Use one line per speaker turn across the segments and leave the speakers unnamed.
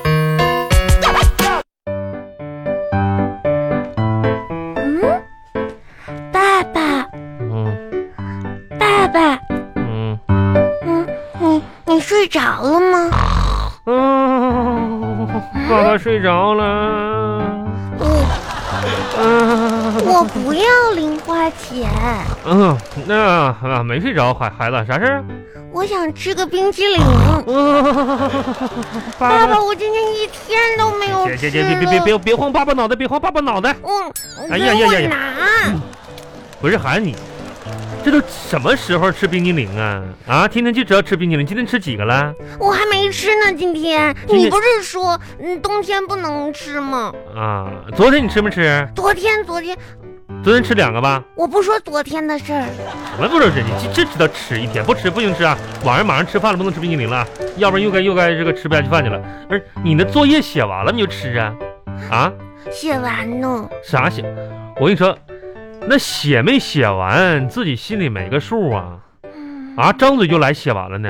嗯嗯着了吗？
嗯，爸爸睡着了。
我
嗯
我不要零花钱，
嗯，那啊没睡着，孩孩子啥事儿？
我想吃个冰淇淋。
嗯，
爸
爸
爸，我今天一天都没有
别
吃
别别别别别别别晃爸爸脑袋，别晃爸爸脑袋！
我
哎呀呀呀呀
给我拿！
不是喊你，这都什么时候吃冰激凌啊？啊，天天就知道吃冰激凌，今天吃几个了？
我还没吃呢，今天
今天
你不是说嗯冬天不能吃吗？
啊，昨天你吃没吃？
昨天昨天
昨天吃两个吧？
我不说昨天的事儿，
什么不是吃？你这这知道吃一天，不吃不行吃啊！晚上马上吃饭了，不能吃冰激凌了，要不然又该又该这个吃不下去饭去了。不是你的作业写完了你就吃啊？啊，
写完呢。
啥写？我跟你说，那写没写完，自己心里没个数啊。
嗯
啊，张嘴就来写完了呢？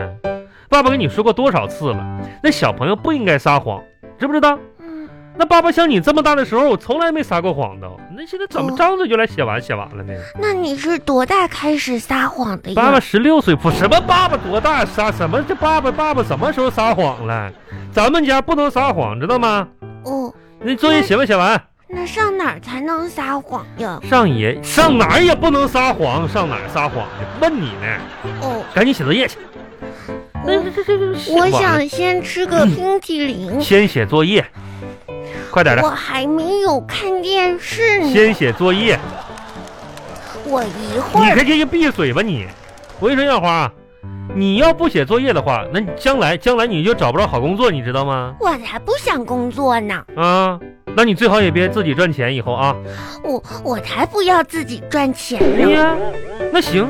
爸爸跟你说过多少次了？那小朋友不应该撒谎，知不知道？
嗯，
那爸爸像你这么大的时候，我从来没撒过谎都。那现在怎么
哦
张嘴就来写完写完了呢？
那你是多大开始撒谎的
爸
哎呀
爸？十六岁不什么爸爸多大撒什么？这爸爸爸爸什么时候撒谎了？咱们家不能撒谎，知道吗？
哦，
那作业写没写完？
那上哪儿才能撒谎呀？
上也上哪儿也不能撒谎，上哪儿撒谎去？问你呢，
哦，
赶紧写作业去。那
我
这这这
嗯
这，
我想先吃个冰淇淋，
先写作业，快点的
我。还没有看电视呢。
先写作业，
我一会
你
儿
这这就闭嘴吧你！我跟你说，小花啊，你要不写作业的话，那你将来将来你就找不着好工作，你知道吗？
我才不想工作呢，
啊，那你最好也别自己赚钱，以后啊。
我我才不要自己赚钱
哎
呢。
呀，那行，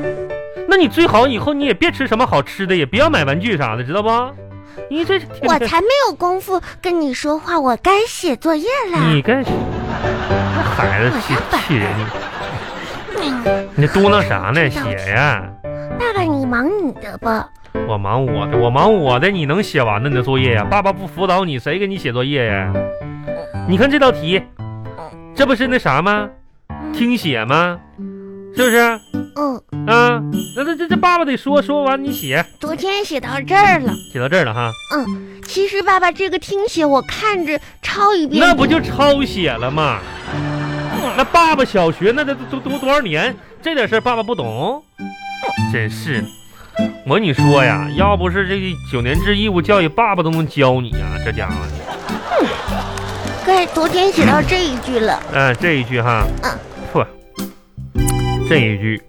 那你最好以后你也别吃什么好吃的，也不要买玩具啥的，知道不？你这
我才没有功夫跟你说话，我该写作业啦。
你干什么？那孩子气
我要
气人，
嗯
你你嘟囔啥呢？
知道
写呀！
爸爸，你忙你的吧。
我忙我的，我忙我的，你能写完的你的作业呀？爸爸不辅导你，谁给你写作业呀？你看这道题，这不是那啥吗？听写吗？是不是？
嗯，
啊，那这这这爸爸得说说完你写，
昨天写到这儿了。
写到这儿了哈，
其实爸爸这个听写我看着抄一遍，
那不就抄写了吗？那爸爸小学那得读读多少年，这点事儿爸爸不懂，真是的。我跟你说呀，要不是这个九年制义务教育，爸爸都能教你啊，这家伙。
该昨天写到这一句了。
嗯，这一句哈，
嗯，
不，这一句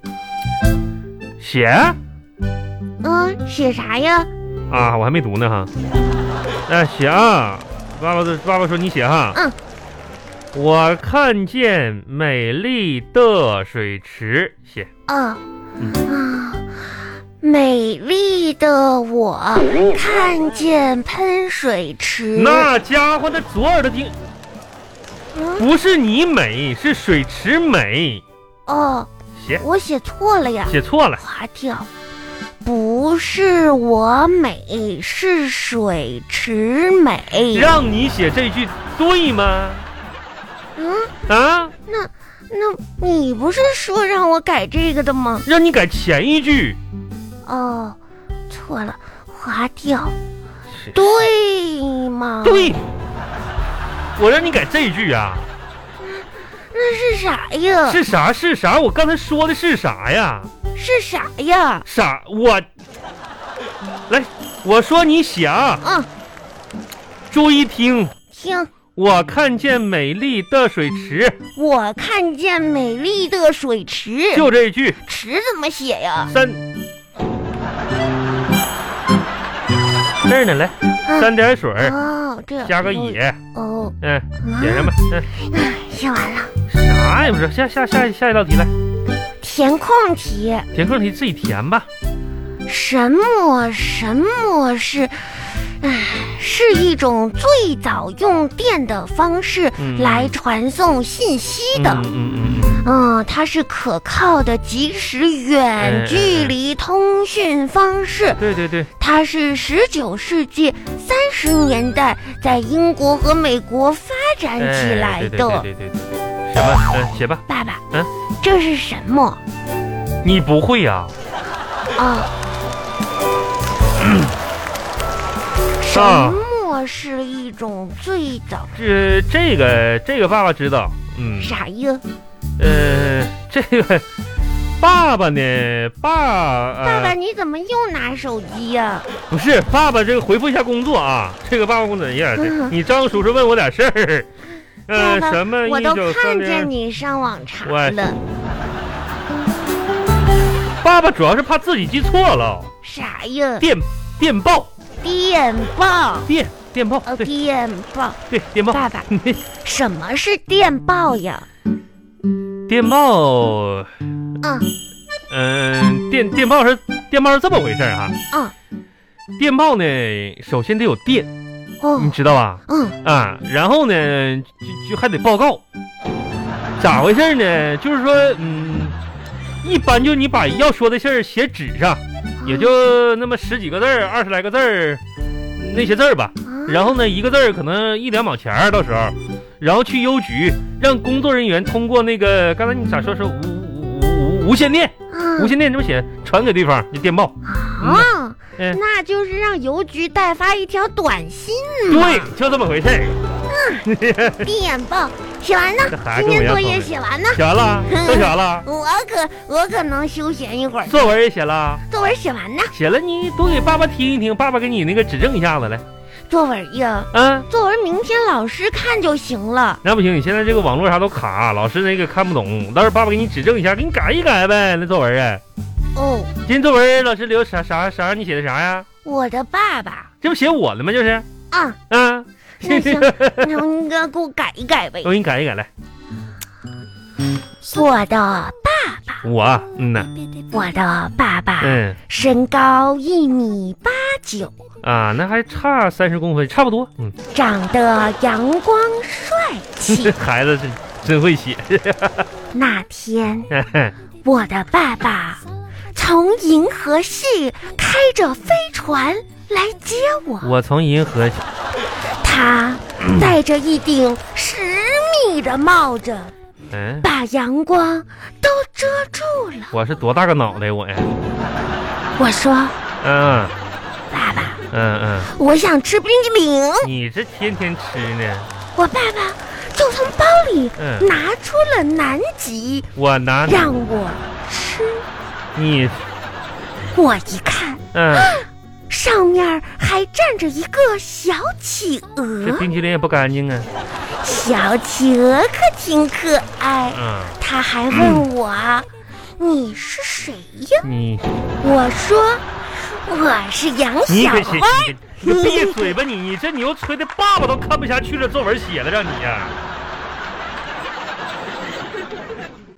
写
嗯，写啥呀？
啊，我还没读呢哈。哎，写啊，爸爸的爸爸说你写哈。
嗯，
我看见美丽的水池，写
啊啊！美丽的我看见喷水池，
那家伙那左耳朵听，
嗯
不是你美，是水池美，
哦，
写
我写错了呀，
写错了。
划掉。不是我美，是水池美。
让你写这句对吗？
嗯，
啊，
那那你不是说让我改这个的吗？
让你改前一句。
哦，错了，划掉，
是
对吗？，
对，我让你改这一句啊，
那是啥呀？
是啥是啥？我刚才说的是啥呀？
是啥呀？
啥？我来，我说你写啊，
嗯，
注意听。
听，
我看见美丽的水池，
嗯我看见美丽的水池，
就这一句，
池怎么写呀？
三。这儿呢，来 三点水儿，
哦，这
加个野，
哦，
嗯，
啊
写什么？嗯，
写完了，
啥也不是。下下下下一道题来，
填空题，
填空题自己填吧。
什么什么是？唉，是一种最早用电的方式
嗯
来传送信息的。
嗯嗯嗯嗯，
嗯，它是可靠的即时
哎
远距离通讯方式。
对对对，
它是十九世纪三十年代在英国和美国发展起来
哎对
的。
对对对对对对，什么？嗯，写吧。
爸爸，
嗯
这是什么？
啊 你不会呀、
哦，什
啊
么是一种最早？
这这个这个爸爸知道，嗯，
啥呀？
呃，这个爸爸呢，爸，呃、
爸爸，你怎么又拿手机呀、
不是爸爸，这个回复一下工作啊，这个爸爸工作一下，这
嗯
你张叔叔问我点事儿，
爸
呃，
爸
什么
我
一
都
九三
看见
零，
你上网查
喂
了，
爸爸主要是怕自己记错了，
啥呀？
电电报
电报，
电电报，
哦，
对
电报。
对电报，
爸爸，什么是电报呀？
电报，
嗯
嗯，电电报是电报是这么回事儿哈，
嗯，
电报呢，首先得有电，你
哦，
知道吧？
嗯，
啊，然后呢，就就还得报告，咋回事呢？就是说，嗯，一般就你把要说的事儿写纸上，也就那么十几个字儿、二十来个字儿，那些字儿吧。
啊
然后呢，一个字儿可能一两毛钱儿，到时候，然后去邮局让工作人员通过那个刚才你咋说是无无无无无线电，
嗯
无线电这么写传给对方，就电报。
啊，
嗯
那就是让邮局代发一条短信嘛。
对，就这么回事儿。
电报写完了
这，孩子
今
跟我
天作
一样
业
聪明
写嗯完了，
写完了，都写完了，
我可我可能休闲一会儿。
作文也写了。
作文写完了，
写了你读给爸爸听一听，爸爸给你那个指正一下子来。
作文呀，
啊，
作文明天老师看就行了。
那不行，你现在这个网络啥都卡，老师那个看不懂，到时候爸爸给你指正一下，给你改一改呗。那作文啊，
哦，
今天作文老师留啥啥啥让你写的啥呀？
我的爸爸
这不写我的吗？就是，
啊，
啊，
那 行，那你给给我改一改呗
我。给你改一改来。
我的
我啊，嗯呐，
我的爸爸
嗯
身高一米八九，
啊，那还差三十公分，差不多。嗯，
长得阳光帅
这
气。
孩子真真会写。
那天，我的爸爸从银河系开着飞船来接我，
我从银河
他戴着一顶十米的帽子，
嗯，
把阳光都遮住了。
我是多大个脑袋我呀？
我说
嗯：“
爸爸，
嗯嗯，
我想吃冰激凌。
你这天天吃呢？”
我爸爸就从包里
嗯。
拿出了南极。
我拿
让我吃。
你，
我一看，
嗯，
上面还站着一个小企
这
鹅，
冰淇淋也不干净啊，
小企鹅可挺可爱。
嗯，
他还问我：“你是谁呀
你？”
我说：“我是杨
你
小
可行
花。，
你你闭嘴吧你！你这牛吹的爸爸都看不下去了，作文写了让你呀、